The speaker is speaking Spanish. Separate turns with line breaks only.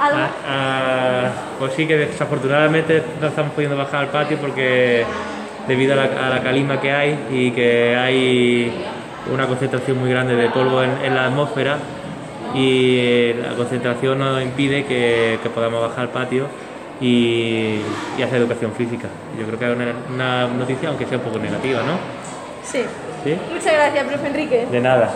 algo.
Ah, ah, pues sí que desafortunadamente no estamos pudiendo bajar al patio porque debido a la, a la calima que hay y que hay una concentración muy grande de polvo en, en la atmósfera y la concentración nos impide que, que podamos bajar al patio y, y hacer educación física. Yo creo que es una, una noticia, aunque sea un poco negativa, ¿no?
Sí.
¿Sí?
Muchas gracias, profe Enrique.
De nada.